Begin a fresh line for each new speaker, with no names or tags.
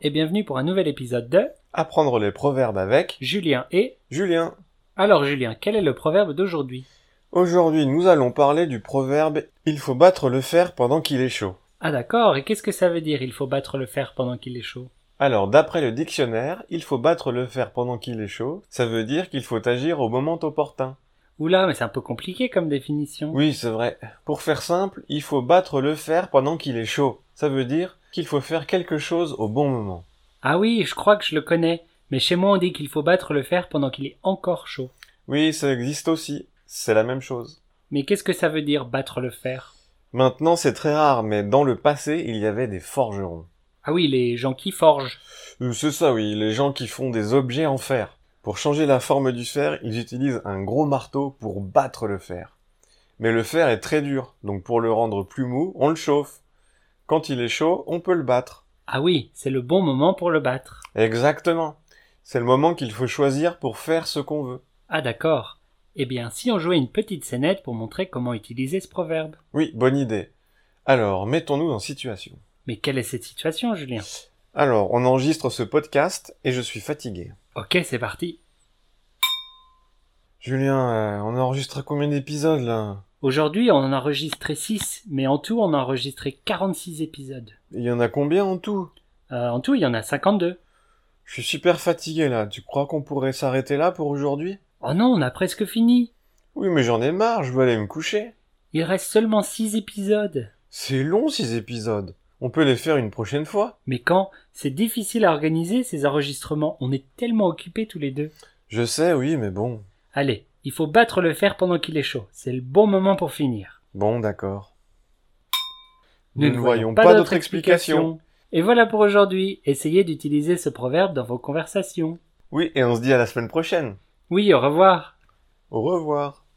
et bienvenue pour un nouvel épisode de
Apprendre les proverbes avec
Julien et...
Julien.
Alors Julien, quel est le proverbe d'aujourd'hui
Aujourd'hui, nous allons parler du proverbe Il faut battre le fer pendant qu'il est chaud.
Ah d'accord, et qu'est-ce que ça veut dire il faut battre le fer pendant qu'il est chaud
Alors, d'après le dictionnaire, il faut battre le fer pendant qu'il est chaud, ça veut dire qu'il faut agir au moment opportun.
Oula, mais c'est un peu compliqué comme définition.
Oui, c'est vrai. Pour faire simple, il faut battre le fer pendant qu'il est chaud. Ça veut dire qu'il faut faire quelque chose au bon moment.
Ah oui, je crois que je le connais, mais chez moi on dit qu'il faut battre le fer pendant qu'il est encore chaud.
Oui, ça existe aussi. C'est la même chose.
Mais qu'est-ce que ça veut dire battre le fer
Maintenant, c'est très rare, mais dans le passé, il y avait des forgerons.
Ah oui, les gens qui forgent.
Euh, C'est ça, oui, les gens qui font des objets en fer. Pour changer la forme du fer, ils utilisent un gros marteau pour battre le fer. Mais le fer est très dur, donc pour le rendre plus mou, on le chauffe. Quand il est chaud, on peut le battre.
Ah oui, c'est le bon moment pour le battre.
Exactement. C'est le moment qu'il faut choisir pour faire ce qu'on veut.
Ah d'accord. Eh bien, si on jouait une petite scénette pour montrer comment utiliser ce proverbe.
Oui, bonne idée. Alors, mettons-nous en situation.
Mais quelle est cette situation, Julien
Alors, on enregistre ce podcast et je suis fatigué.
Ok, c'est parti.
Julien, euh, on a enregistré combien d'épisodes là
Aujourd'hui, on en a enregistré 6, mais en tout, on a enregistré 46 épisodes.
Il y en a combien en tout
Euh, en tout, il y en a 52.
Je suis super fatigué là. Tu crois qu'on pourrait s'arrêter là pour aujourd'hui
Oh non, on a presque fini.
Oui, mais j'en ai marre, je veux aller me coucher.
Il reste seulement 6 épisodes.
C'est long ces épisodes. On peut les faire une prochaine fois.
Mais quand C'est difficile à organiser ces enregistrements, on est tellement occupés tous les deux.
Je sais, oui, mais bon.
Allez, il faut battre le fer pendant qu'il est chaud. C'est le bon moment pour finir.
Bon, d'accord. Nous ne voyons pas d'autre explication.
Et voilà pour aujourd'hui. Essayez d'utiliser ce proverbe dans vos conversations.
Oui, et on se dit à la semaine prochaine.
Oui, au revoir.
Au revoir.